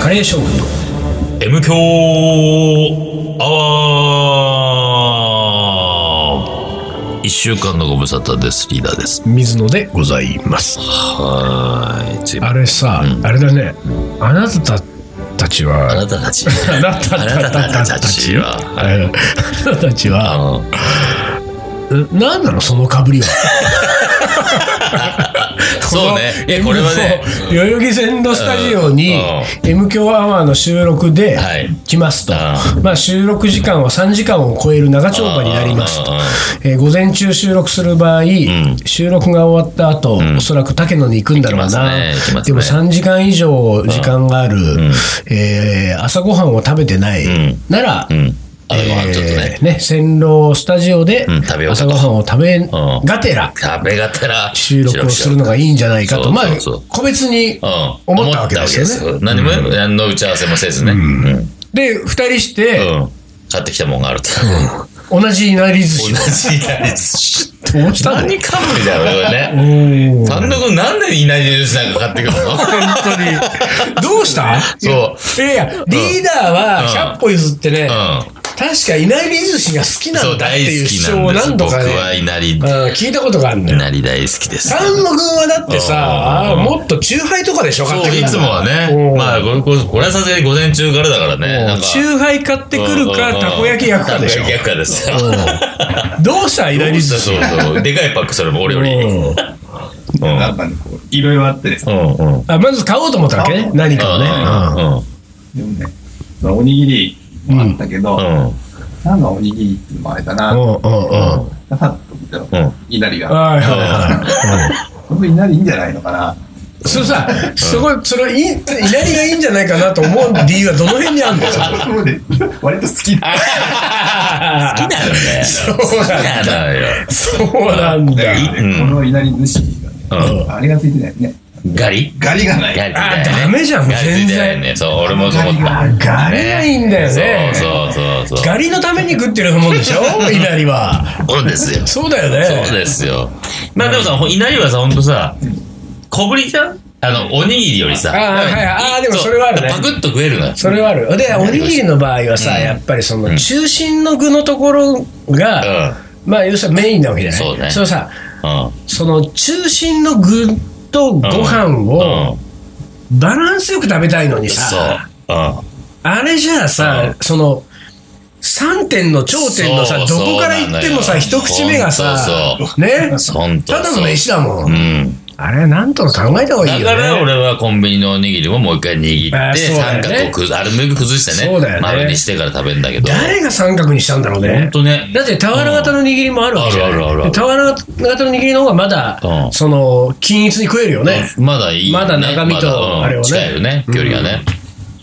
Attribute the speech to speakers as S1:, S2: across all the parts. S1: カレー将軍の
S2: M 強アワー一週間のご無沙汰です。リーダーです。
S1: 水野でございます。
S2: はーい。つい
S1: あれさ、あれだね。あなたたち
S2: あ
S1: は、
S2: なたたち。
S1: あなた
S2: あなたたちは
S1: あなたたちは、何なのそのかぶりは。
S2: そうね。いや、これはね。
S1: そう代々木線のスタジオに
S2: う
S1: M 強アワーの収録で
S2: はい
S1: 来ますと、
S2: う
S1: まあ、収録時間は3時間を超える長丁場になりますと
S2: うん、
S1: えー午前中収録する場合、
S2: ん
S1: 収録が終わった後、おそらく竹野に行くんだろう
S2: 行きます
S1: な、
S2: ね行きますね
S1: でも3時間以上時間がある、えー朝ごはんを食べてない、
S2: ん
S1: なら、
S2: うん。あれはちょっと
S1: え
S2: ね。
S1: ーね、線路スタジオで
S2: うん食べようか
S1: 朝
S2: と
S1: ごはんを食べ
S2: ん
S1: がてら、
S2: 食べがてら
S1: 収録をするのがいいんじゃないかと、
S2: そう
S1: まあ
S2: そうそう、
S1: 個別に
S2: うん
S1: 思ったわけですよね。
S2: 思ったわけです何も、何の打ち合わせもせずね。うん。うん
S1: で、二人して、
S2: 買ってきたもんがあると。
S1: 同じいなり寿
S2: 同
S1: 司
S2: じいなり寿司。
S1: どうしたの
S2: 何かぶりだよ、これね。
S1: うん
S2: 単独なんでいないジュースなんか買 ってくるの
S1: 本当に。 どうした
S2: そう。
S1: いやいや、リーダーは
S2: うん
S1: 100歩譲ってね、
S2: う
S1: 確かいなり寿司が好き
S2: ん。
S1: な
S2: そ
S1: ん
S2: う、
S1: だって
S2: 大
S1: いう
S2: 好
S1: 主
S2: き
S1: 張を
S2: なんです。
S1: 何度
S2: 僕
S1: かね、
S2: はいなり、
S1: う
S2: い
S1: ん聞いたことがあるんだよ。
S2: なり大好きです。
S1: 丹野くんはだってさ、
S2: うん
S1: もっとチューハイとかでしょ、
S2: そ
S1: 買っ
S2: う、
S1: てくる
S2: い
S1: の
S2: つもはね
S1: う。ん
S2: まあ、これ、これこれはさすがに午前中からだからね。なんか
S1: チューハイ買ってくる
S2: うんうんう
S1: か、
S2: ん
S1: たこ焼き焼くかでしょ
S2: たこ。焼き焼くかですよ。
S1: どうしたいなり寿
S2: そう
S1: 司。
S2: そうそう。でかいパック、それも俺より。うん。
S1: うん
S3: なんかね、こう、いろいろあってですね。
S2: うん。うん
S1: あまず買おうと思ったわけね、何かをね。うん
S3: でもね、まあおにぎりもあったけど、
S2: うん。うん。
S3: なんかおにぎりっていうのもあれだな、
S1: うんうんうん。
S3: なかったと見たら、
S2: うん。
S3: いなりが、
S1: はいはいは
S3: このいなりいいんじゃないの かな。
S1: い。それさ、そこ、それ、い、いなりがいいんじゃないかなと思う理由はどの辺にあるん ですか
S3: そうで、割と好きだ。
S2: 好きなのね。
S1: そうなんだ。
S2: だよ。
S1: そうなんだ。
S2: うん
S3: このいなり寿司がね、
S2: うん
S3: あれがついてないね。
S2: ガリ
S3: ガリがない。
S2: ガリだよね。
S1: あダメじゃん
S2: ガリ
S1: 全然
S2: だよね。そう、俺もそう思った。
S1: ガリがいいんだよね。
S2: そうそうそうそう。
S1: ガリのために食ってるもんでし ょいなりは。
S2: そうですよ。
S1: そうだよね。
S2: そうですよ。まあでもさ、ほん稲荷はさ、ほんとさ、小ぶりじゃんあの、おにぎりよりさ。
S1: あーはいはいあーでもそれはあるね
S2: そうパクッと食えるのよ。
S1: それはある。で、おにぎりの場合はさ、やっぱりその中心の具のところが、まあ、要するにメインなわけじゃない。
S2: そうね
S1: れさ、
S2: うん。うん。
S1: その中心の具とご飯
S2: う
S1: をバランスよく食べたいのに
S2: んそう
S1: さ、。
S2: うん。
S1: あれじゃあさ、その3点の頂点のさ、
S2: そう
S1: どこから行ってもさ、
S2: そう
S1: 一
S2: なのよ
S1: 口目がさ
S2: そう、
S1: ね、
S2: ほんと。
S1: ただの飯だも。
S2: うんん。
S1: あれ、なんとも考えた方がいい
S2: だ
S1: よ
S2: から
S1: ね。
S2: 俺はコンビニのおにぎりをもう一回握
S1: あー
S2: って、
S1: そうだよ
S2: 三
S1: ね
S2: 角を崩アルミを崩して
S1: そうだよ
S2: ね
S1: ね、
S2: 丸にしてから食べるんだけど。
S1: 誰が三角にしたんだろう
S2: ほん
S1: ね。
S2: とね。
S1: だって、俵型の握りもあるわけじゃ
S2: あるあるあるあ
S1: ん。
S2: る
S1: 俵型の握りの方がまだ
S2: う、ん
S1: その、均一に食えるよね。
S2: まだいいよね。
S1: まだ長身と
S2: まだうん
S1: あれをね
S2: 近いよね、距離がね。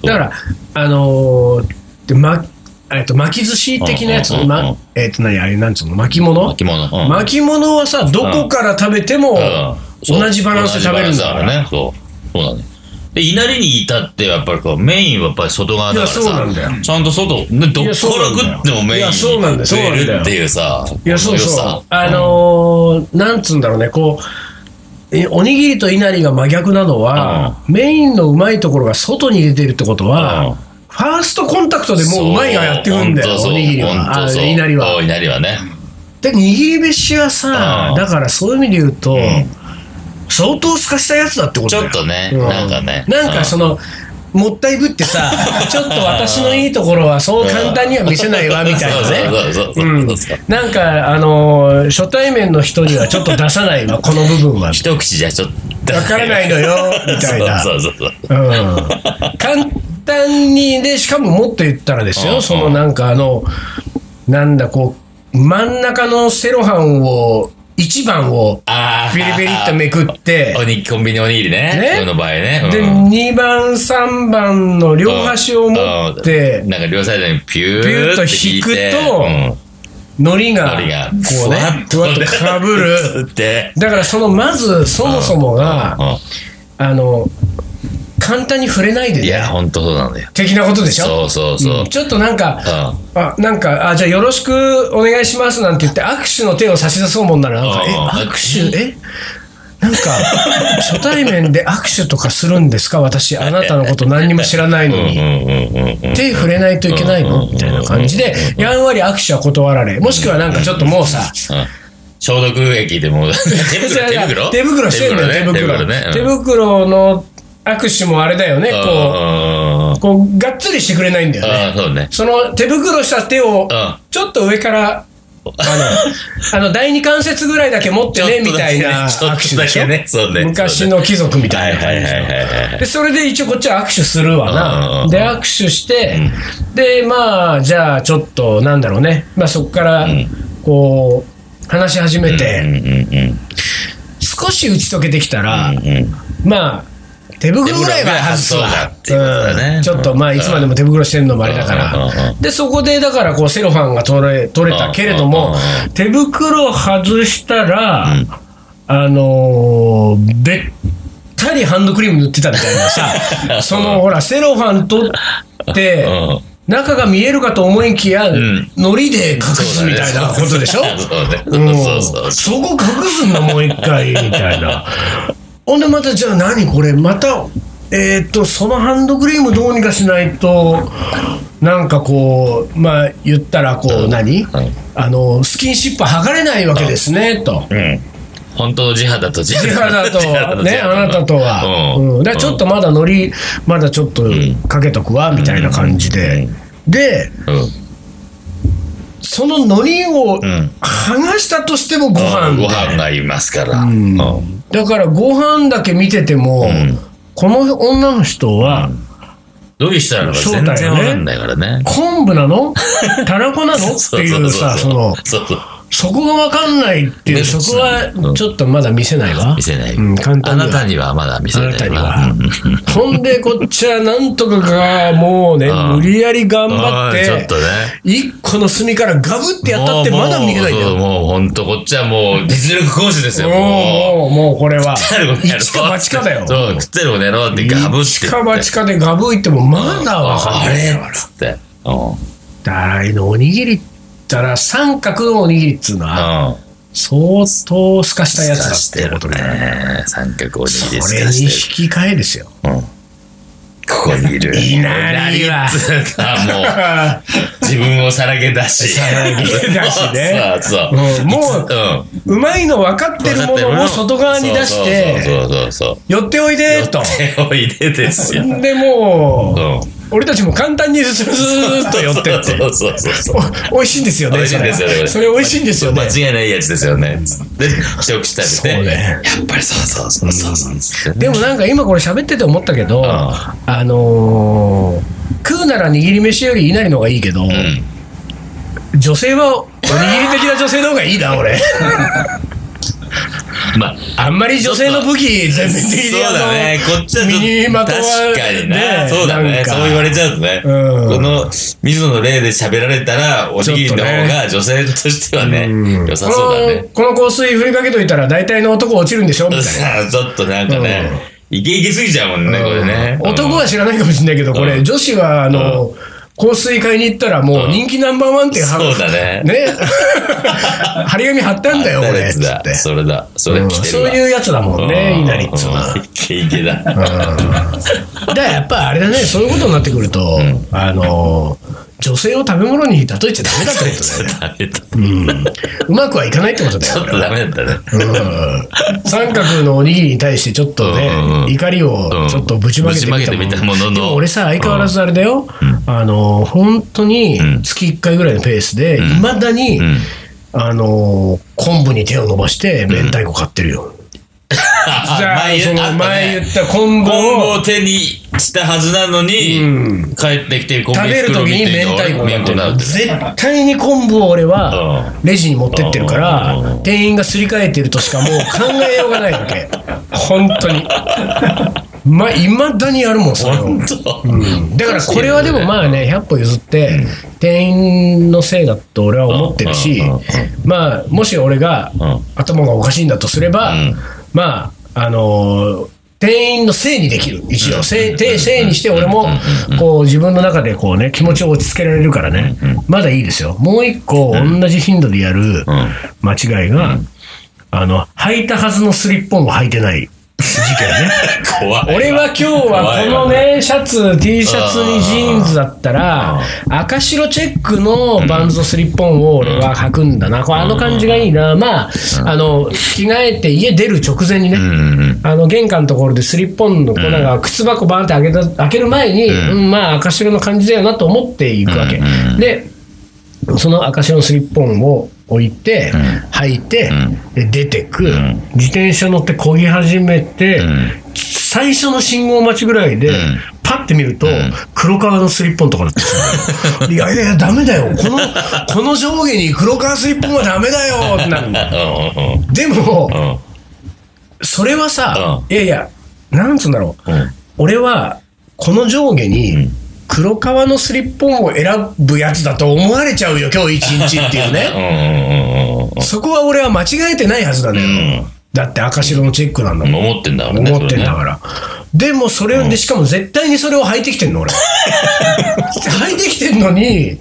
S1: だから、あのーで、ま、えっと、巻き寿司的なやつ
S2: うんうんう、ん
S1: ま、えっと、何、あれ、なんつうの、巻物
S2: 巻物。うん
S1: 巻物はさ、どこから食べても
S2: うん
S1: 同じバランスで食べるんだか
S2: 同じバ
S1: ら。
S2: ランスね。そう。そうだね。で、いなりに至ってはやっぱりこう、メインはやっぱり外側だからさ。
S1: いやそうなんだよ
S2: ちゃんと外、ねどっから食ってもメ
S1: い
S2: イン
S1: や
S2: に
S1: そうなんだよ
S2: 食えるっていうさ。
S1: いや、そう
S2: この
S1: そ
S2: 良
S1: う
S2: さ。
S1: あのー、なんつうんだろうね、こう、えおにぎりといなりが真逆なのは、メインのうまいところが外に出てるってこと
S2: うん
S1: は、ファーストコンタクトでもううまいがやってくんだよ、
S2: そう
S1: おにぎり
S2: ほん
S1: は。
S2: と
S1: あ
S2: そう
S1: いなりは。
S2: そういなりはね。
S1: で握り飯はさ
S2: うん
S1: だからそういう意味で言うと、
S2: ん
S1: 相当すかしたやつだってこと
S2: ち
S1: だ
S2: ょ
S1: よ
S2: っとね、
S1: うん
S2: なんかね。
S1: なんかそのもったいぶってさちょっと私のいいところはそう簡単には見せないわみたいなね
S2: そうそうそう
S1: う
S2: そ
S1: ん
S2: うそう。
S1: なんかあのー初対面の人にはちょっと出さないわこの部分は
S2: 一口じゃちょっ と。
S1: わからないの よみたいな
S2: そうそうそ
S1: う
S2: う。
S1: ん簡単にでしかももっと言ったらです
S2: うんう
S1: よ
S2: ん
S1: そのなんかあのなんだこう真ん中のセロハンを1番を
S2: ああ。
S1: ビリビリってめくって
S2: おにコンビニおにぎりね。
S1: ね
S2: そういうの場合ね。うん
S1: で2番3番の両端を持って
S2: うんなんか両サイドにピュー
S1: ピューッと
S2: 引
S1: 引くと海苔が
S2: 海苔が
S1: こうねふわっとかぶ
S2: うん、
S1: る
S2: 吸って、
S1: だからそのまずそもそもが
S2: う
S1: あの簡単に触れないで
S2: ん、いや
S1: ね
S2: ほんとそうなんだよ
S1: 的なことでしょ
S2: そうそうそう、う
S1: うんんちょっとなんかあなんかあじゃあよろしくお願いしますなんて言って握手の手を差し出そうもんならなんか
S2: ああ
S1: え握手えなんか、初対面で握手とかするんですか私、あなたのこと何にも知らないのに。手触れないといけないのみたいな感じで、やんわり握手は断られ、もしくはなんかちょっともうさ、
S2: うん消毒液 でも手袋手袋
S1: 手袋してるのよ、手袋。
S2: ね
S1: 手袋の握手もあれだよね、こう、こう、がっつりしてくれないんだよね。
S2: ああそうね
S1: その手袋した手を
S2: うん、
S1: ちょっと上から、あの、あ の第二関節ぐらいだけ持ってね、みたいな
S2: ちょっとだけね
S1: 握手でしょ
S2: ちょっとだけねそうね
S1: 昔の貴族みた
S2: はいい
S1: な
S2: は
S1: 感
S2: いは
S1: じ
S2: いはいはい
S1: で、それで一応こっちは握手するわ
S2: う
S1: な。
S2: ん
S1: で、握手して、で、まあ、じゃあちょっと、なんだろうね。まあそこから、こう、話し始め
S2: うん
S1: て、
S2: うん
S1: 少し打ち解けてきたら、
S2: うんうん
S1: まあ、手袋ぐらいは外すわ
S2: 手袋ぐらいは外そうだっていうことだね
S1: うんちょっとまあいつまでも手袋してるのもあれだか
S2: うん
S1: ら
S2: う、
S1: でそこでだからこうセロファンが取れ取れたけれども
S2: うん、
S1: 手袋を外したら、あのーべったりハンドクリーム塗ってたみたいなさ、そのほら、セロファン取って
S2: うん、
S1: 中が見えるかと思いきや、
S2: ん
S1: のりで隠すみたいなことでしょ。
S2: そうねそう
S1: うん
S2: そうそう
S1: そこ隠すんだもう一回みたいなほんでまたじゃあ何これまたえーっとそのハンドクリームどうにかしないとなんかこうまあ言ったらこう何、
S2: ん
S1: あのスキンシップ剥がれないわけですねと。
S2: うん本当の地肌と地
S1: 地肌とは ね、あなたとは、うんだからちょっとまだのり、まだちょっとかけとくわみたいな感じで、で、
S2: と、うん
S1: そののりを
S2: ん
S1: 剥がしたとしてもご飯で
S2: ご飯がいますから、うん
S1: だからご飯だけ見てても、
S2: ん
S1: この女の人は、
S2: どういう人なのか全然わかんないからね
S1: 昆布な のたらこなのっていうさ、その、
S2: そうそう
S1: そこがわかんないっていう、
S2: ね
S1: そこ
S2: う
S1: は
S2: ん
S1: ちょっとまだ見せないわ。
S2: 見せない、
S1: うん、簡
S2: あ
S1: 単には
S2: なたにはまだ見せ
S1: あ
S2: ない
S1: なたに
S2: わ
S1: は
S2: うん。
S1: ほんで、こっちはなんとかが、もうね、
S2: うん
S1: 無理やり頑張っ
S2: うんちょってと、ね
S1: 一個の隅からガブってやったってまだ見えないんだ
S2: もう
S1: よ。
S2: もう本当こっちはもう実力行使ですよもう
S1: もう、もう、もうこれ は
S2: 食ってる。こ
S1: 一か八かだよ。
S2: そう食ってるこの野郎ってガブって
S1: 一か八かでガブいってもまだわかんない。
S2: あれっつってうんうん
S1: だからあのおにぎりったら三角のおにぎりっつうのは相当透かしたやつだっていうことだよね
S2: ね三角おにぎり
S1: こ
S2: す
S1: れ
S2: か
S1: に引
S2: して
S1: き換えですよ
S2: るうんここにいる
S1: いないわ
S2: いつうかもう
S1: あ
S2: 自分をさらけ出し。
S1: さらけ出しね
S2: そう
S1: う
S2: そう。
S1: んもう
S2: うん
S1: ーうまいの分かってるものを外側に出して
S2: そうそうそうそう。
S1: 寄っておいでと
S2: 手を入れですよ。
S1: でも
S2: う
S1: う
S2: ん
S1: 俺たちも簡単にスルスルっと寄ってって
S2: そうそうそうそう。
S1: お美味しいんですよ
S2: 美
S1: ね
S2: 味しい
S1: そ
S2: ん
S1: れ
S2: ですよねこれ
S1: それ美味しいんですよ
S2: 間
S1: ね
S2: 違いないやつですよね。で、一口食べて。
S1: そうね
S2: やっぱりそうそうそうそうそう。
S1: でもなんか今これ喋ってて思ったけどあのー食うなら握り飯より稲荷の方がいいけど、
S2: うん。
S1: 女性はおにぎり的な女性の方がいいな俺
S2: まあ、
S1: あんまり女性の武器全面的
S2: そう
S1: にあの
S2: だね。こっちはちょっと
S1: 身にまとわ
S2: 確かにな。そうだ
S1: な
S2: ね
S1: ん。か
S2: そう言われちゃうとね。こ
S1: うん
S2: の水野の例で喋られたら、おにぎりの方が女性としてはね、良さそうだね。
S1: このこの香水振りかけといたら大体の男落ちるんでしょみたいな
S2: さあ、 ちょっとなんかね、イケイケすぎちゃうもんね、これね。
S1: 男は知らないかもしれないけどこれ
S2: うん
S1: 女子はあの香水買いに行ったらもう人気ナンバーワンって
S2: うん
S1: 貼
S2: そうだね。
S1: ね 張り紙貼ったんだよ
S2: 誰
S1: 俺
S2: や
S1: つっ
S2: つだ
S1: て
S2: それだ。それ
S1: うん
S2: 来てる
S1: そう
S2: わ。
S1: いうやつだもんね稲荷っつうのは
S2: うんイケイケだ。
S1: だからやっぱあれだねそういうことになってくると、あの女性を食べ物に例えちゃダメだってことだよね
S2: ダメだ。
S1: うまくはいかないってことだ
S2: ちょ
S1: よ
S2: っとダメだったね。
S1: うん三角のおにぎりに対してちょっとね、
S2: うんうん
S1: 怒りをちょっとぶちまけてみた
S2: ぶちまけてみたものの
S1: でも俺さ相変わらずあれだよ、あの本当に月1回ぐらいのペースでいま、未だに、
S2: ん
S1: あの昆布に手を伸ばして明太子買ってるよ、じ ゃあその前言った昆布
S2: 今後
S1: を
S2: を手にしたはずなのに、
S1: う
S2: 帰ってきてコンビ
S1: 食
S2: ニ
S1: べる
S2: 袋
S1: とき
S2: 見
S1: に
S2: て
S1: 明太子
S2: 明太子
S1: な
S2: なんん
S1: て
S2: て
S1: 絶対に昆布を俺は
S2: う
S1: レジに持ってってるから、
S2: うん
S1: 店員がすり替えてるとしかもう考えようがないわけ本当にまいまだにやるもんそれを、
S2: 本当、
S1: だからこれはでもまあね100歩譲って店員のせいだと俺は思ってるし
S2: うんうんうん
S1: まあもし俺が
S2: うん
S1: 頭がおかしいんだとすれば
S2: うん
S1: まああのー店員のせいにできる一応せいてせいにして俺もこう自分の中でこうね気持ちを落ち着けられるからねまだいいですよもう一個同じ頻度でやる間違いがあの、履いたはずのスリッポンを履いてない事件ね。
S2: 怖い。
S1: 俺は今日はこのね、シャツ、T シャツにジーンズだったら、赤白チェックのバンズとスリッポンを俺は履くんだな。これあの感じがいいな。まあ、あの、着替えて家出る直前にね、
S2: うん。
S1: あの玄関のところでスリッポンの粉が靴箱バーンって開けた開ける前に、うんまあ赤白の感じだよなと思っていくわけ、
S2: うんうんうん
S1: でその赤白のスリッポンを置いて、履いて、で出てく、
S2: ん
S1: 自転車乗って漕ぎ始めて、
S2: ん
S1: 最初の信号待ちぐらいで、
S2: ん
S1: パッて見ると、黒革のスリッポンとかだった んですよいやいやいやダメだよこのこの上下に黒革スリッポンはダメだよってなるの
S2: うん。うん。
S1: でも、
S2: うん。
S1: それはさ、
S2: う
S1: いやいや、なんつうんだろう、
S2: うん
S1: 俺はこの上下に黒革のスリッポンを選ぶやつだと思われちゃうよ、今日一日っていうね。
S2: うん。うん。
S1: そこは俺は間違えてないはずだね。
S2: うん
S1: だって赤白のチェックなんだもん。
S2: 思ってんだからね。
S1: 思ってんだから。でもそれを、で、しかも絶対にそれを履いてきてん の、俺。履いてきてんのに、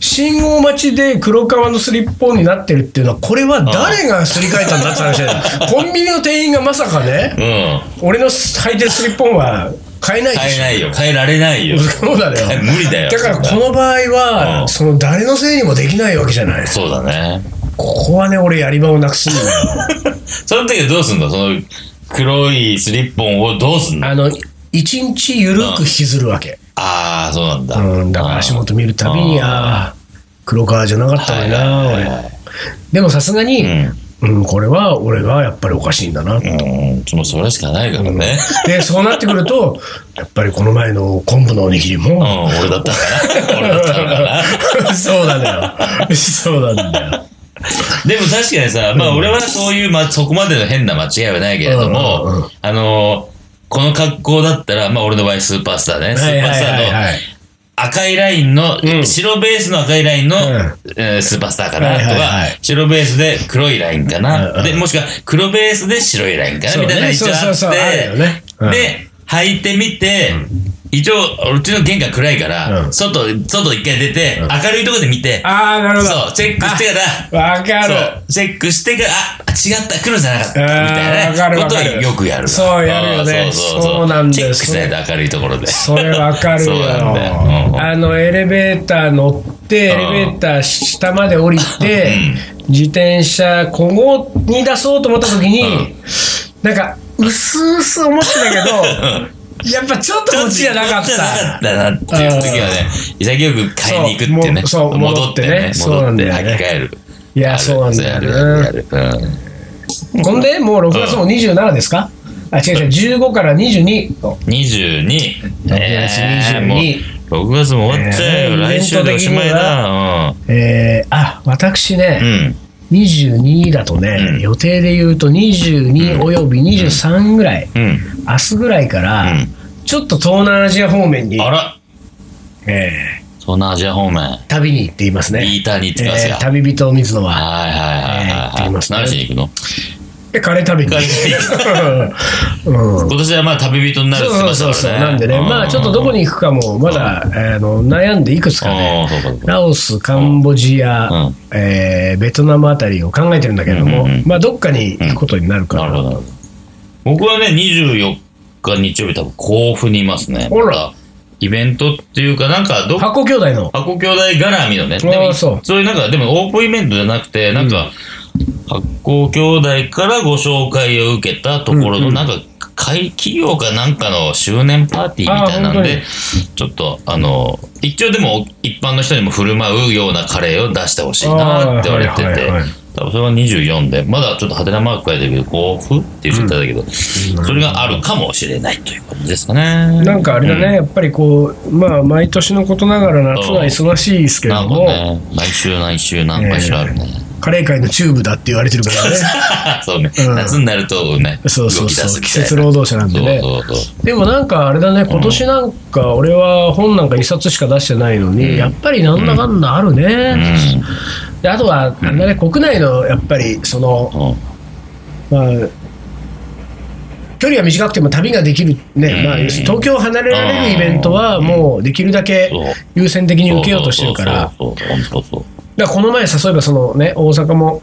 S1: 信号待ちで黒革のスリッポンになってるっていうのは、これは誰がすり替えたんだって話 だよ。コンビニの店員がまさかね、
S2: それね。うん。
S1: 俺の履いてるスリッポンは買えないで
S2: 変え
S1: し
S2: ないよ。変えられないよ
S1: ょ。。そうだよ。
S2: 無理だよ。
S1: だからこの場合
S2: う
S1: は、
S2: ん
S1: その誰のせいにもできないわけじゃない。
S2: そうだね。
S1: ここはね、俺やり場をなくすんだよ。
S2: その時はどうすんのその黒いスリッポンをどうすんの
S1: あの、一日ゆるく引きずるわけ。
S2: ああ、そうなんだ。
S1: うん、だから足元見るたび
S2: う
S1: に、
S2: ん
S1: ああ、黒川じゃなかったのにな、
S2: はいはいはい
S1: 俺。でもさすがに、
S2: うん
S1: うん、これは俺がやっぱりおかしいんだな。
S2: うん。もうそれしかないからね。
S1: で、そうなってくると、やっぱりこの前の昆布のおにぎり
S2: うん、
S1: も、
S2: 俺だったのかな。俺だったのか な。
S1: そうなんだよ。そうなんだよ。
S2: でも確かにさ、まあ俺はそういう、まあそこまでの変な間違いはないけれども、
S1: うんうんうん
S2: あのーこの格好だったら、まあ俺の場合スーパースターね。ス
S1: はい
S2: ーパ
S1: は
S2: ース
S1: い
S2: タ
S1: はい
S2: ーの
S1: はい。
S2: 赤いラインの、
S1: うん
S2: 白ベースの赤いラインの、
S1: うん
S2: えースーパースターかなとか、
S1: はいはいはい
S2: 白ベースで黒いラインかな、
S1: うんうん
S2: で、もしくは黒ベースで白いラインかな、
S1: そう
S2: みたいな
S1: ね、
S2: 一
S1: そ
S2: 応
S1: う
S2: あ
S1: そ
S2: っ
S1: うそう、
S2: て、
S1: あるよね。うん、
S2: で、履いてみて、一応、うちの玄関暗いから、
S1: うん
S2: 外、外一回出て、明るいところで見て、
S1: ああ、なるほ
S2: そう、チェックしてか
S1: ど。
S2: ら、
S1: わか
S2: そ
S1: る。
S2: う、チェックしてから、あ、違った、黒じゃなかった、み
S1: あー
S2: たいな
S1: わ
S2: こ
S1: か
S2: と
S1: るわ
S2: を
S1: かる
S2: よくやるな
S1: そうやるよね
S2: あーそうそうそう。
S1: そうなんだ
S2: チェッ
S1: よ
S2: クしないと明るいところで。
S1: それわかるよ
S2: そうなんだようん
S1: あのエレベーター乗ってエ
S2: うん
S1: レベーター下まで降りて、自転車ここに出そうと思った時に、なんか薄々思ってたけどやっぱちょっとこっちじゃなかっ
S2: こっちじゃな
S1: た
S2: かったなっていう時はね、潔く買いに行くってね。
S1: そうもうそう
S2: 戻ってね。
S1: そう
S2: 戻
S1: なん
S2: っ
S1: だ
S2: て
S1: よね
S2: 履き替える。
S1: いやそうなんだよね
S2: やるやるやる
S1: ほんでもう6月も27ですか、あ違う違う15から22と
S2: うん22。
S1: 月
S2: えー
S1: 22
S2: もう6月も終わっちゃう
S1: え
S2: よ。
S1: ー
S2: 来週でおしまいだ。
S1: えー、あ私ね、
S2: うん。うん
S1: 22だとね、
S2: うん
S1: 予定で言うと22および23ぐらい、
S2: うん。
S1: 明日ぐらいから、
S2: うん
S1: ちょっと東南アジア方面に、
S2: あら
S1: えー
S2: 東南アジア方面。
S1: 旅に行っていますね。
S2: いいターンに行ってます
S1: え
S2: よ
S1: ー。旅人水野
S2: はい
S1: は、
S2: はいはい
S1: えー行ってき
S2: はいは
S1: ま
S2: い。
S1: すね
S2: 何しに行くの
S1: えカレー食べに
S2: カレー
S1: うんうん
S2: 今年はまあ旅人になるって言って
S1: そ
S2: ま
S1: う
S2: した
S1: そうそ
S2: か
S1: う、
S2: らね。
S1: なんでね、
S2: う
S1: まあちょっとどこに行くかも、まだ、あの悩んでいくつかね
S2: うんそうかそう、か
S1: ラオス、カンボジア、
S2: うん
S1: えーベトナムあたりを考えてるんだけれども、
S2: うんうんうん
S1: まあどっかに行くことになるか
S2: な
S1: ら、
S2: るほどなるほど。僕はね、24日日曜日多分甲府にいますね。
S1: ほら
S2: またイベントっていうか、なんかどっか、
S1: 発酵兄弟の
S2: 箱兄弟絡みのね。で
S1: あ
S2: も
S1: あそう
S2: いうなんか、でもオープンイベントじゃなくて、なんか、発行兄弟からご紹介を受けたところの、なんか、会企業かなんかの周年パーティーみたいなん
S1: あ
S2: で、ちょっと、あの、一応でも一般の人にも振る舞うようなカレーを出してほしいなって言われて
S1: ああはいはい
S2: て
S1: はいはい、
S2: 多分それは24で、まだちょっとハテナマーク書いてるけど、甲府っていう状態だけど、それがあるかもしれないという感じですかね。
S1: なんかあれだね、やっぱりこう、まあ、毎年のことながら夏は忙しいですけれ
S2: な
S1: ど
S2: んか
S1: も、
S2: ね、毎週毎週何かしらあるね。
S1: カレー界のチューブだって言われてるから ね、
S2: そうね、
S1: うん
S2: 夏になるとね、
S1: そうそう
S2: 動き出
S1: そ
S2: す
S1: う、
S2: み
S1: 季
S2: たいな
S1: 節労働者なんでね。
S2: そうそうそう。
S1: でもなんかあれだね、今年なんか、俺は本なんか一冊しか出してないのに、やっぱりなんだかんだあるね。であとは、あれだね、国内のやっぱり、その、
S2: うん、うん
S1: まあ、距離は短くても旅ができる、ね
S2: うん
S1: まあ、東京を離れられるイベントは
S2: うん
S1: もうできるだけ
S2: そう
S1: 優先的に受けようとしてるから、だか
S2: そうそうそうそう、本当そう。
S1: らこの前、例えばその、ね、大阪も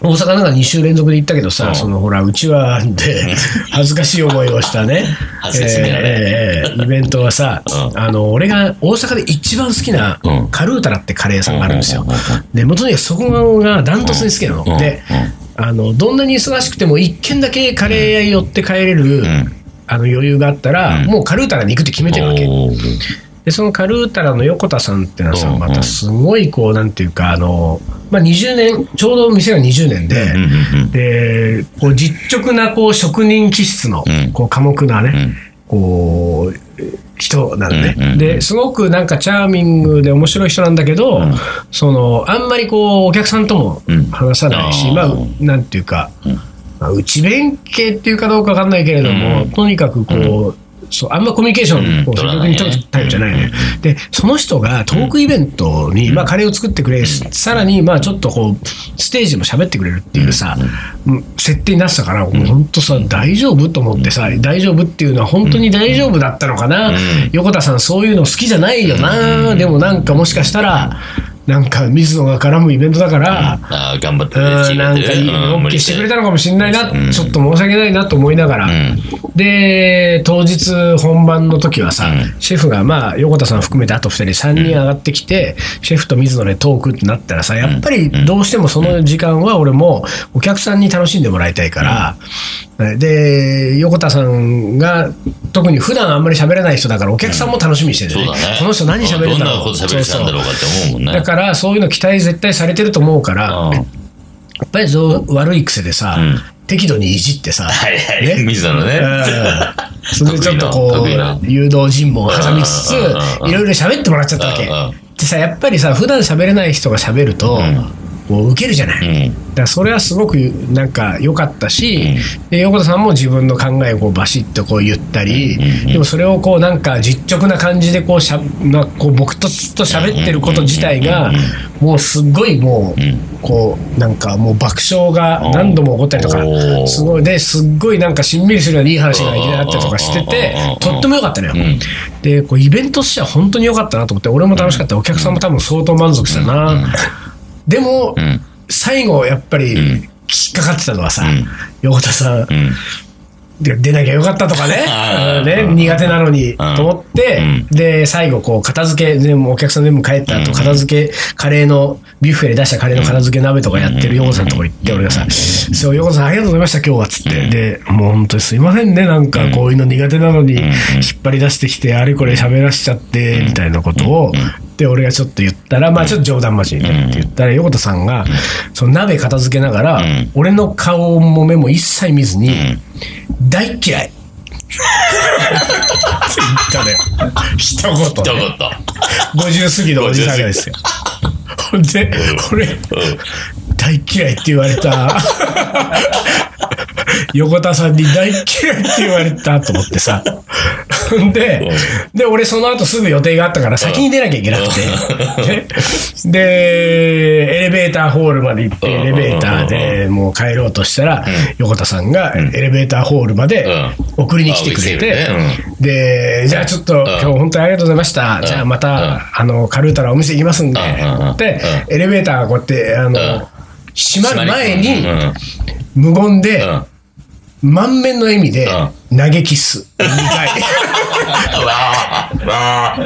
S1: 大阪なんか2週連続で行ったけどさ、
S2: うん
S1: そのほら、うちわで恥ずかしい思いをしたね、
S2: 恥ずかしいね
S1: えーえーえーイベントはさ、
S2: うん
S1: あの俺が大阪で一番好きな
S2: うん
S1: カルータラってカレー屋さんがあるんですよ
S2: うんうんうん。
S1: で、元にはそこがダントツに好きな
S2: うん
S1: の。で、あのどんなに忙しくても、一軒だけカレー屋に寄って帰れる、
S2: ん
S1: あの余裕があったら、
S2: うん
S1: もうカルータラに行くって決めてるわけ。
S2: おー
S1: でそのカルータラの横田さんってのは
S2: うん
S1: さ
S2: うん
S1: またすごいこうなんていうかあの、まあ、20年ちょうど店が20年で、
S2: うんうんうん
S1: でこう実直なこう職人気質の、
S2: うん
S1: こう寡黙な
S2: う
S1: ね、
S2: ん
S1: こうえ人なのね、
S2: うんうんうん
S1: ですごくなんかチャーミングで面白い人なんだけど、
S2: ん
S1: そのあんまりこうお客さんとも
S2: うん
S1: 話さないし、
S2: あー
S1: まあなんていうか、
S2: うん
S1: まあ、内弁慶っていうかどうかわかんないけれども、
S2: うん
S1: とにかくこう、そうあんまコミュニケーション
S2: う
S1: を
S2: ん
S1: 積極的に取るタイプじゃないね、でその人がトークイベントに、まあ、カレーを作ってくれ、さらにまあちょっとこうステージでも喋ってくれるっていうさ、うん設定になってたから、もう本当さ、大丈夫と思ってさ、大丈夫っていうのは、本当に大丈夫だったのかな、
S2: うん
S1: 横田さん、そういうの好きじゃないよな、でもなんかもしかしたら、なんか水野が絡むイベントだから、
S2: あー頑張って
S1: うん
S2: ねチームや
S1: な
S2: っ
S1: ん
S2: て
S1: か
S2: る
S1: いい
S2: ねうん
S1: の
S2: 無
S1: OK
S2: 理
S1: し
S2: してて
S1: くれたのかもしれないな、
S2: うん
S1: ちょっと申し訳ないなと思いながら、
S2: うん
S1: で当日本番の時はさ、
S2: う
S1: シェフがまあ横田さん含めてあと2人3人上がってきて、シェフと水野でトークってなったらさやっぱりどうしてもその時間は俺もお客さんに楽しんでもらいたいから、で横田さんが特に普段あんまり喋れない人だからお客さんも楽しみにしてる
S2: そう
S1: ね
S2: だね
S1: この人何喋るんだ
S2: どんな
S1: ろ
S2: こ
S1: う
S2: と喋ってたんだろうかって思うもんね
S1: だからそういうの期待絶対されてると思うから、
S2: うん
S1: やっぱりそう悪い癖でさ、
S2: うん
S1: 適度にいじってさ、
S2: はいはい
S1: ね
S2: 水野のね
S1: うんそれでちょっとこ
S2: 得意な得
S1: う誘導尋問を挟みつつ
S2: うんうんうん
S1: いろいろ喋ってもらっちゃったわけ
S2: うんうん
S1: でさやっぱりさ普段喋れない人が喋ると、
S2: うん
S1: こう受けるじゃない、
S2: う
S1: だ
S2: ん
S1: からそれはすごくなんか良かったし、で横田さんも自分の考えをこうバシッとこう言ったり、
S2: うんうんうん
S1: でもそれをこうなんか実直な感じでこうしゃなこう僕とずっと喋ってること自体が
S2: うんうんうん
S1: もうすっごいもう、
S2: うん
S1: こうなんかもう爆笑が何度も起こったりとか
S2: おー
S1: すごいですっごいなんかしんみりするようないい話がいきなりあったりとかしてて
S2: うん
S1: とっても良かったのよ。
S2: うん
S1: でこうイベントとしては本当に良かったなと思って俺も楽しかったお客さんも多分相当満足したな。でも
S2: うん
S1: 最後やっぱり引っかかってたのはさ
S2: ん
S1: 横田さん
S2: うん
S1: で出なきゃよかったと かね
S2: あー
S1: うんね
S2: うん
S1: 苦手なのに
S2: ん
S1: と思って、
S2: うん
S1: で最後こう片付け全部お客さん全部帰った後片付けカレーのビュッフェで出したカレーの片付け鍋とかやってるヨ子さんのとこ行って俺がさ「そうヨ子さんありがとうございました今日は」っつってでもう本当にすいませんねなんかこういうの苦手なのに引っ張り出してきてあれこれ喋らしちゃってみたいなことを。で俺がちょっと言ったら、まあちょっと冗談交じりでって言ったら、横田さんが、その鍋片付けながら、
S2: ん
S1: 俺の顔も目も一切見ずに、大っ嫌いって言ったのよ。 一
S2: 一
S1: 言、ね。
S2: 言
S1: 50過ぎのおじさんがですよ。ほんで、俺、大っ嫌いって言われた。横田さんに大っ嫌いって言われたと思ってさ。ほんで、で、俺その後すぐ予定があったから先に出なきゃいけなくて。ねで、エレベーターホールまで行って、
S2: うん
S1: エレベーターでもう帰ろうとしたら、横田さんがエレベーターホールまで送りに来てくれて、
S2: うんあ送りに来てくれて
S1: で、じゃあちょっと、今日本当にありがとうございました。じゃあまた、あの、カルータラお店行きますんで
S2: うんうんう。ん
S1: で、エレベーターがこうやって、あ
S2: うん
S1: の、閉まる前に
S2: うん、うん
S1: 無言で、
S2: うん
S1: 満面の笑みで、
S2: う
S1: 投げキッス。2回。
S2: わーわ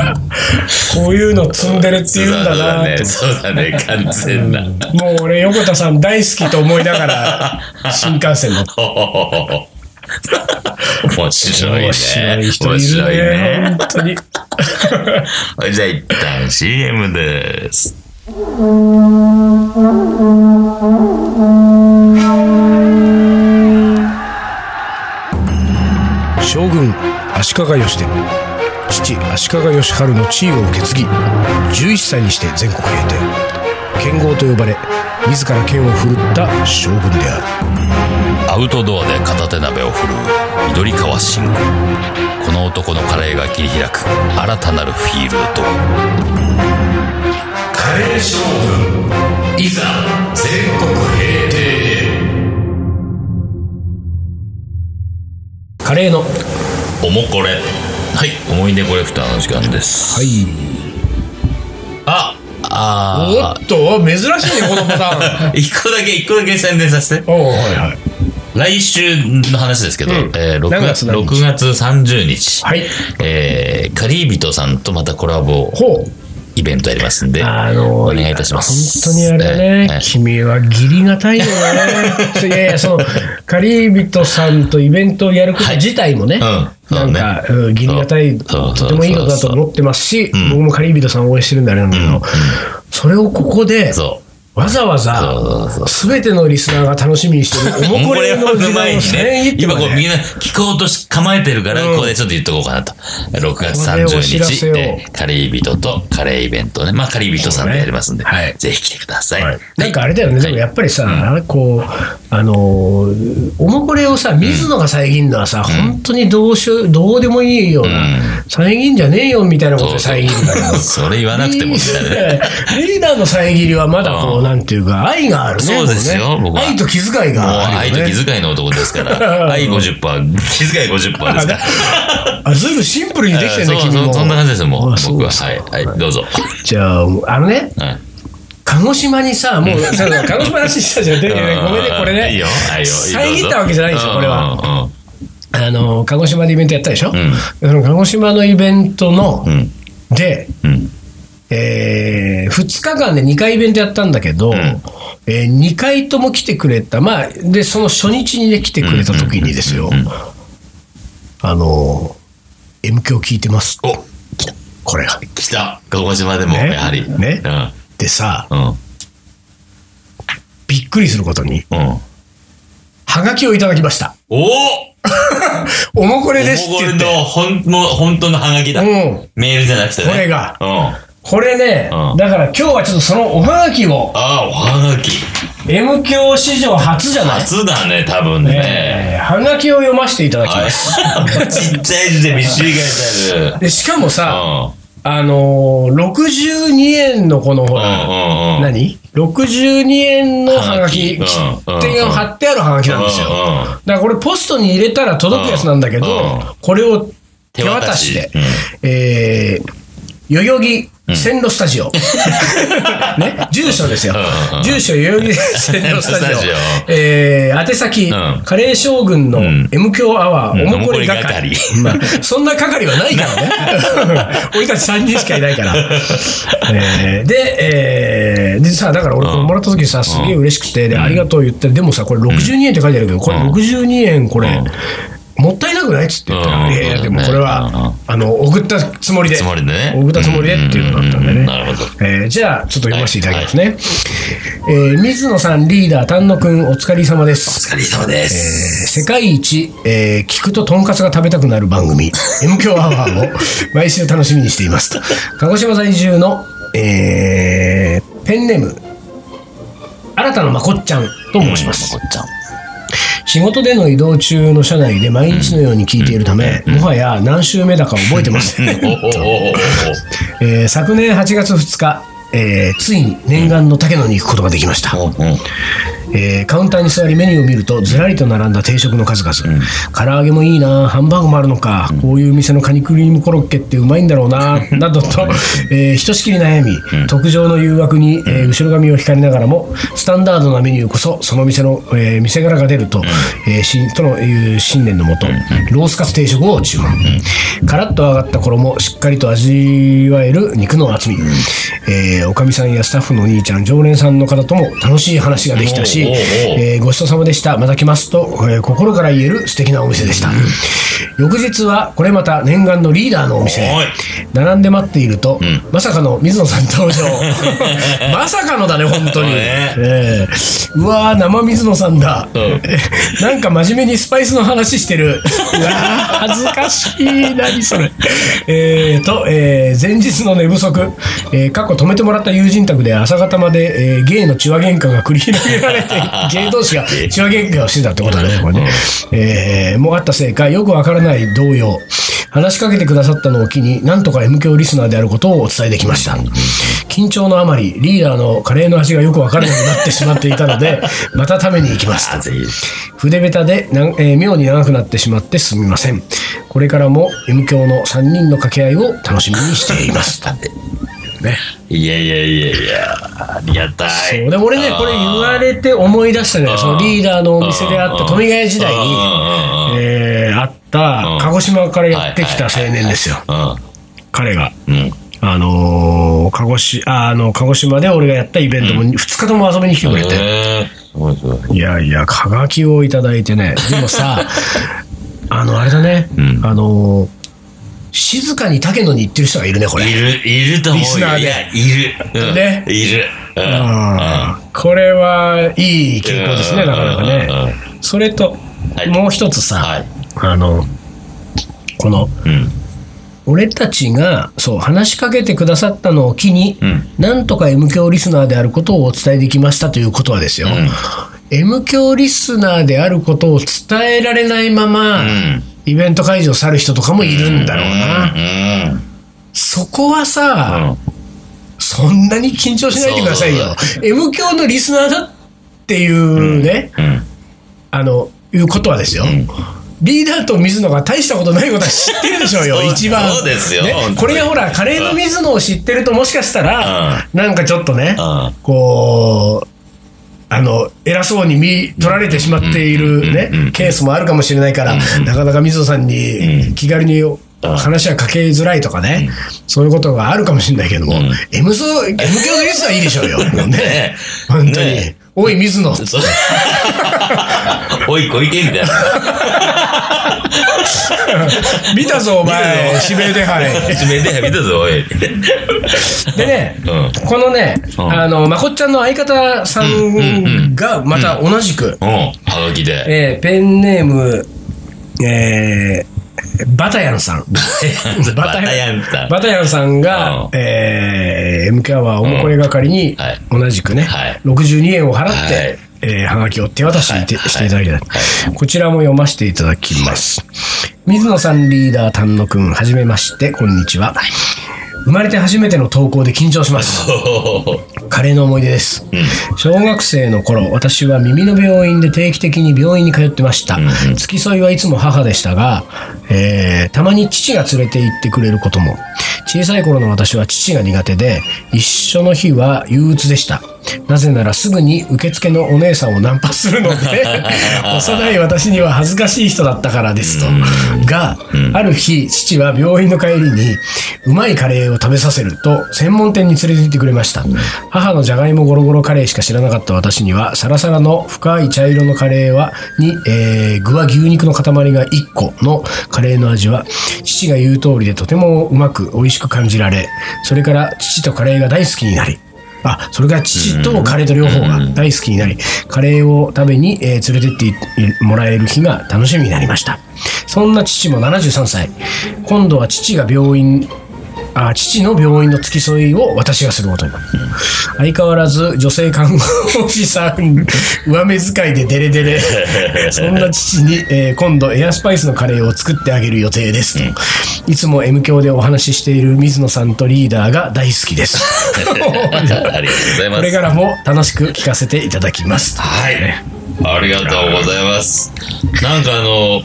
S2: ー
S1: こういうの積んでるって言うんだなと
S2: そうだねそうだね完全な
S1: もう俺、横田さん大好きと思いながら、新幹線乗って。
S2: ほほほほ面白いね
S1: 面白い人いるね。本当に。
S2: 面白いねじゃあ一旦 CM です
S4: 将軍足利義で父足利義晴の地位を受け継ぎ11歳にして全国平定剣豪と呼ばれ自ら剣を振るった将軍である
S2: アウトドアで片手鍋を振るう緑川信吾この男のカレーが切り開く新たなるフィールドカレー将軍いざ全国平定
S1: カレーの。
S2: おもこれはい思い出コレクターの時間です
S4: はい
S2: ああ
S1: お
S2: あ
S1: っと珍しいねこのパタ ーン
S2: あ。一個だけ、一個だけ宣伝させて。
S1: おうはいはい
S2: 来週の話ですけど、
S1: ん
S2: えー6
S1: 何月
S2: 月
S1: 何日
S2: 6月30日、
S1: はい
S2: えーカリービトさんとまたコラボ
S1: ほう
S2: イベントありますんで、
S1: あの
S2: お願いいたします。
S1: 本当にあれね、
S2: えーえー
S1: 君は義理がたいよ ね。いやいや、その、カリービトさんとイベントをやること自体もね、
S2: はいうんそうね
S1: なんか、うん義理がたい、
S2: そう
S1: とてもいいことだと思ってますし、
S2: ん
S1: 僕もカリービトさんを応援してるんであれなんだけど、それをここで、
S2: そ
S1: わざわ
S2: そうそうそ
S1: ざ
S2: う、
S1: すべてのリスナーが楽しみにしてる、
S2: う。
S1: おもこれの時代
S2: 前
S1: を
S2: に
S1: 千
S2: ね
S1: 円、
S2: 今
S1: ま
S2: こう
S1: で
S2: みんな聞こうとし構えてるから、
S1: うん
S2: ここでちょっと言っとこうかなと。6月
S1: ここでお知ら
S2: 30日、
S1: せを
S2: えーカリービトとカレーイベントね、まあカリービトさんでやりますんで、
S1: そうねはい
S2: ぜひ来てください。
S1: はいなんかあれだよね、
S2: はい
S1: でもやっぱりさ、こう、あのーおもこれをさ、水野が遮るのはさ、本当にどうしよう、どうでもいいような、遮んじゃねえよみたいなことで遮るんだけど。
S2: それ言 わなくてもみたいなね。
S1: リーダーの遮りはまだこ
S2: う
S1: う、なんていうか、愛があるね。
S2: そうですよ
S1: もね
S2: 僕は
S1: 愛と気遣い
S2: もう
S1: があ
S2: 愛
S1: る
S2: と
S1: よね。
S2: 気遣いの男です から、愛50%、気遣い50%ですから。
S1: あ、ずいぶんシンプルにできてるね、
S2: そう
S1: 君
S2: そ
S1: も。
S2: うそんな感じですよ、もう
S1: あ。そう
S2: 僕は。はい、はい、どうぞ。
S1: じゃあ、あのね、
S2: はい
S1: 鹿児島にさ、もう、さ鹿児島の話した じゃん。でごめんね、これね。
S2: いいよ、はいよ。
S1: 遮ったわけじゃないでしょ、これは。
S2: は。
S1: あの鹿児島でイベントやったでしょ、
S2: ん
S1: その鹿児島のイベントの、
S2: うんうん
S1: で、
S2: うんうん。
S1: え2日間で2回イベントやったんだけど、え2回とも来てくれた、まあ、でその初日に、ね、来てくれた時にですよ、あの、M 響聞いてます
S2: お来た。
S1: これが。
S2: 来た。鹿児島でも、
S1: ね
S2: やはり。
S1: ね
S2: う
S1: でさ、
S2: ん。うん。
S1: びっくりすることに、
S2: うん。
S1: はがきをいただきました。
S2: おお
S1: おもこれです
S2: お
S1: っ
S2: こ
S1: て言
S2: れ
S1: って
S2: の、。ほん、もう、本当のハガキだ。
S1: うん
S2: メールじゃなくてね。
S1: これが
S2: うん。あ
S1: これね、
S2: うん
S1: だから今日はちょっとそのおはがきを、
S2: あ、おはがき。
S1: M 響史上初じゃない
S2: 初だね、多分ね。
S1: えーはがきを読ませていただき
S2: は
S1: ま
S2: い。
S1: す。
S2: ちっちゃい字でびっしり書いてある。
S1: でしかもさ、
S2: う
S1: あのー、62円のこのほら、
S2: ん。うん。うん。
S1: 何 ?62 円のはがき、
S2: はがきうん
S1: 切手が貼ってあるはがきなんですよ。
S2: うん
S1: だ
S2: うん
S1: からこれポストに入れたら届くやつなんだけど
S2: うんうん、
S1: これを手渡しで
S2: 手渡し、
S1: えー代々木線路スタジオ。ね、住所ですよ
S2: うんうん。
S1: 住所代々木線路スタジオ
S2: スタジオ。
S1: えー、宛先
S2: うん、
S1: カレー将軍の
S2: ん
S1: M 強アワー、おもこれ
S2: おもこれ
S1: 係
S2: 係。
S1: まあ、そんな係はないから ね。俺たち3人しかいないから。えーで、えーでさ、だから俺これもらった時さ、すげえ嬉しくて、で、ありがとう言って、でもさ、これ62円って書いてあるけど、これ62円、これ
S2: うん、
S1: もったいなくないっつって言った
S2: う
S1: ら、
S2: ん
S1: いやいや、でもこれ
S2: うんうん
S1: は、あの、送ったつもりで。
S2: つもりでね
S1: 送ったつもりでっていうのだったんで
S2: うんうんう
S1: ね。
S2: んなるほど
S1: えーじゃあ、ちょっと読ませていただきますね。えー水野さん、リーダー、丹野くん、お疲れ様です。
S2: お疲れ様で
S1: えー
S2: す。
S1: 世界一、えー聞くととんかつが食べたくなる番組「M 強アワー」 を毎週楽しみにしていますと鹿児島在住の、えーペンネーム新たなまこっちゃんと申します、
S2: こっちゃん。
S1: 仕事での移動中の車内で毎日のように聞いているため、もはや何週目だか覚えてません、
S2: おおおおお。
S1: えー昨年8月2日、えーついに念願の竹野に行くことができました、
S2: うん
S1: えーカウンターに座りメニューを見るとずらりと並んだ定食の数々、唐揚げもいいなハンバーグもあるのか、こういう店のカニクリームコロッケってうまいんだろうななどと、えーひとしきり悩み、特上の誘惑に、えー後ろ髪を引かれながらもスタンダードなメニューこそその店の、えー店柄が出ると,、えーしとのいう信念のもと、ロースカツ定食を注文、カラッと揚がった衣しっかりと味わえる肉の厚み、えーおかみさんやスタッフのお兄ちゃん常連さんの方とも楽しい話ができたし、
S2: おうおうおう
S1: えーごちそうさまでしたまた来ますと、えー心から言える素敵なお店でした、翌日はこれまた念願のリーダーのお店へ
S2: おい
S1: 並んで待っていると、まさかの水野さん登 場まさかのだね本当に、
S2: そうね
S1: えーうわー生水野さんだ、 なんか真面目にスパイスの話してる。 うわー恥ずかしい。何それ。えーと、えー前日の寝不足、えー過去止めてもらった友人宅で朝方まで、えー、ゲイの血は喧嘩が繰り広げ られて、ゲイ同士が血は喧嘩をしてたってことだね、これね。えーもうあったせいか、よくわからない動揺。話しかけてくださったのを機に、なんとか M 響リスナーであることをお伝えできました。緊張のあまり、リーダーのカレーの味がよくわからなくなってしまっていたので、また食べに行きました。筆下手でな、えー妙に長くなってしまってすみませんこれからも M 教の3人の掛け合いを楽しみにしています
S2: だって
S4: いうね。
S2: いやいやいやいや、ありがたい。
S1: そうで俺ねこれ言われて思い出したね
S2: ん
S1: そのリーダーのお店であった富ヶ谷時代に、
S2: に、
S1: えーあった
S2: うん
S1: 鹿児島からやってきた青年ですよ彼が。
S2: うんうんうんうんうん
S1: あのー鹿児島ああの鹿児島で俺がやったイベントも2日とも遊びに来てくれて、
S2: へーすごいすごい。
S1: いやいや、はがきをいただいてね、でも さ、あの、あれだね、
S2: うん
S1: あの、静かに竹野に行ってる人がいるね、これ。
S2: いる、いると思
S1: リス
S2: う
S1: ナー
S2: よ。
S1: で
S2: いや、いる。うん
S1: ね
S2: いる。うん
S1: あーこれはいい傾向ですね、
S2: うん
S1: なかなかね。それと、
S2: はい
S1: もう一つさ、
S2: はい。
S1: あの、この、
S2: うん。
S1: 俺たちが、そう、話しかけてくださったのを機に、
S2: うん
S1: なんとか M 教リスナーであることをお伝えできましたということはですよ、
S2: うん
S1: M 教リスナーであることを伝えられないまま、
S2: うん
S1: イベント会場去る人とかもいるんだろうな、
S2: うんうん
S1: そこは
S2: う
S1: さ、
S2: ん。
S1: そんなに緊張しないでくださいよ
S2: そう
S1: M 教のリスナーだっていうね、
S2: うん
S1: あのいうことはですよ、リーダーと水野が大したことないことは知ってるでしょうよ、
S2: そう
S1: 一番。
S2: そうですよ
S1: ね
S2: 本当に
S1: これがほら、カレーの水野を知ってると、もしかしたら、なんかちょっとね、
S2: うん
S1: こう、あの、偉そうに見取られてしまっているね、ケースもあるかもしれないから、なかなか水野さんに気軽に話はかけづらいとかね、そういうことがあるかもしれないけども、M 教のリスナーいいでしょうよ、もうね
S2: ね。
S1: 本当に
S2: ね。
S1: おい、水野。
S2: そうおい、小池みたいな。
S1: 見たぞ、お前。指名手配。
S2: 指名で見たぞ、おい。
S1: でね、
S2: う
S1: このね、
S2: うん
S1: あの、まこっちゃんの相方さんが、また同じく、
S2: うん。はがき で。
S1: えーペンネーム、えーバタヤンさ ん。
S2: バタヤンさん。
S1: バタヤンさんが、
S2: うん
S1: えー MK はおもこれ係に
S2: うんはい、
S1: 同じくね、
S2: はい
S1: 62円を払って、
S2: はい
S1: えーはがきを手渡しにて、
S2: はい
S1: していただきたい。こちらも読ませていただきます。水野さんリーダー丹野くん、はじめまして、こんにちは。生まれて初めての投稿で緊張します。
S2: そ
S1: カレーの思い出です、
S2: う
S1: 小学生の頃私は耳の病院で定期的に病院に通ってました、付き添いはいつも母でしたが、えーたまに父が連れて行ってくれることも小さい頃の私は父が苦手で一緒の日は憂鬱でしたなぜならすぐに受付のお姉さんをナンパするので幼い私には恥ずかしい人だったからですと、が、ある日父は病院の帰りにうまいカレーを食べさせると専門店に連れて行ってくれました、母のじゃがいもゴロゴロカレーしか知らなかった私にはサラサラの深い茶色のカレーはに、えー具は牛肉の塊が1個のカレーの味は父が言う通りでとてもうまく美味しく感じられそれから父とカレーが大好きになりあそれが父とカレーと両方が大好きになり、カレーを食べに、えー連れてってもらえる日が楽しみになりましたそんな父も73歳今度は父が病院あ父の病院の付き添いを私がすることになる相変わらず女性看護師さん上目遣いでデレデレそんな父に、えー今度エアスパイスのカレーを作ってあげる予定ですと、いつも M 教でお話ししている水野さんとリーダーが大好きです
S2: ありがとうございます。
S1: これからも楽しく聞かせていただきます
S2: はい。ありがとうございます。なんかあの、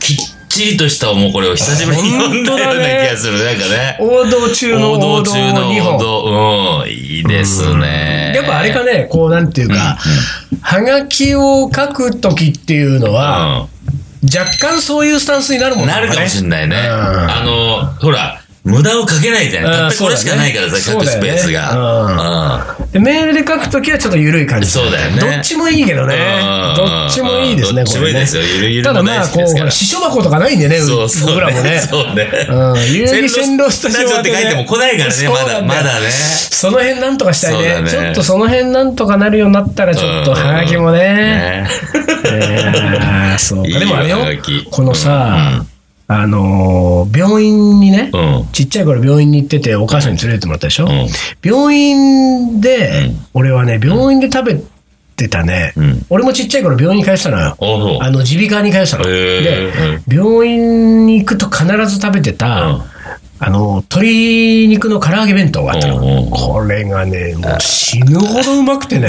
S2: きっちりとしたもうこれを久しぶりに読んだような気がする。なんかね。
S1: 王道中の王道
S2: 王道中の
S1: 2
S2: 王
S1: 本
S2: 道。うん。いいですね。
S1: やっぱあれかねこうなんていうか、はがきを書く時っていうのは、若干そういうスタンスになるも
S2: うんん。なるかもしん
S1: い。
S2: ないね。
S1: うん
S2: あの、ほら、無駄をかけないじゃない。
S1: うん
S2: たったこれしかないからさ、
S1: そう
S2: 書く
S1: だ
S2: ス
S1: よね
S2: ペース
S1: そうだ
S2: が。うん。
S1: でメールで書くときはちょっと緩い感じ。
S2: そうだよね
S1: どっちもいいけどね
S2: うん。
S1: どっちもいいですね、
S2: どっちもい
S1: これ
S2: い
S1: ね
S2: ですよゆるゆる
S1: ただ
S2: も
S1: ま
S2: 大
S1: あ、
S2: 好き
S1: こ
S2: ですから
S1: う、死書箱とかないんでね、
S2: そうそう、
S1: 僕らもね。
S2: そうね。
S1: うん遊戯戦闘スタジオ
S2: って書いても来ないからね、まだ、まだね。
S1: その辺なんとかしたいね。
S2: そう
S1: ち
S2: だね
S1: ょっとその辺なんとかなるようになったら、ちょっとはがきもね。
S2: ね。
S1: えー そう
S2: いい
S1: か。
S2: よ
S1: でもあれよ
S2: はがき、
S1: このさ、あのー、病院にね
S2: う、ん。
S1: ちっちゃい頃病院に行っててお母さんに連れてってもらったでしょ、
S2: ん
S1: 病院で、
S2: うん
S1: 俺はね病院で食べてたね、
S2: うん
S1: 俺もちっちゃい頃病院に通ってたのよ
S2: あ、そう。
S1: あの耳鼻科に通ってたの、
S2: へー
S1: で病院に行くと必ず食べてた、あの、鶏肉の唐揚げ弁当があったの。
S2: うんうん
S1: これがね、もう死ぬほどうまくてね。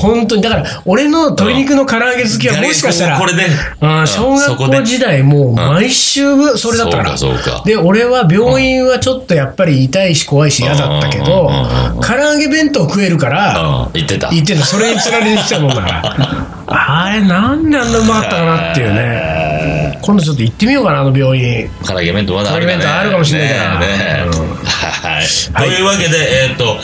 S1: 本当に、だから、俺の鶏肉の唐揚げ好きはもしかしたら、
S2: これで。
S1: うん小学校時代もう毎週それだったから、
S2: そうかそうか
S1: で俺は病院はちょっとやっぱり痛いし怖いし嫌だったけど
S2: うんうんうんうん
S1: 唐揚げ弁当食えるから
S2: 代。言ってた。
S1: 言ってたそれにつられてきたもんだからあれなんであんなうまかったかなっていうね今度ちょっと行ってみようかなあの病院
S2: 唐揚げ弁当まだあるか
S1: 唐揚げ弁
S2: ね
S1: 当あるかもしれないから
S2: ねえねえ
S1: う
S2: はいというわけで、えっ、と、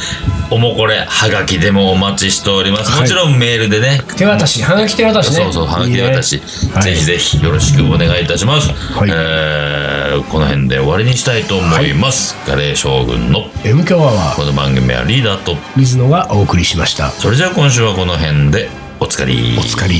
S2: おもこれ、はがきでもお待ちしております。もちろんメールでね、
S1: 手渡しはがき手渡しね
S2: そうそう、はがきで私、
S1: いいね
S2: ぜひぜひよろしくお願いいたします。
S1: い
S2: えーこの辺で終わりにしたいと思います。カレー将軍の
S1: はい M 強アワー
S2: この番組はリーダーと、
S1: 水野がお送りしました
S2: それじゃあ今週はこの辺でおつかり。
S1: おつかり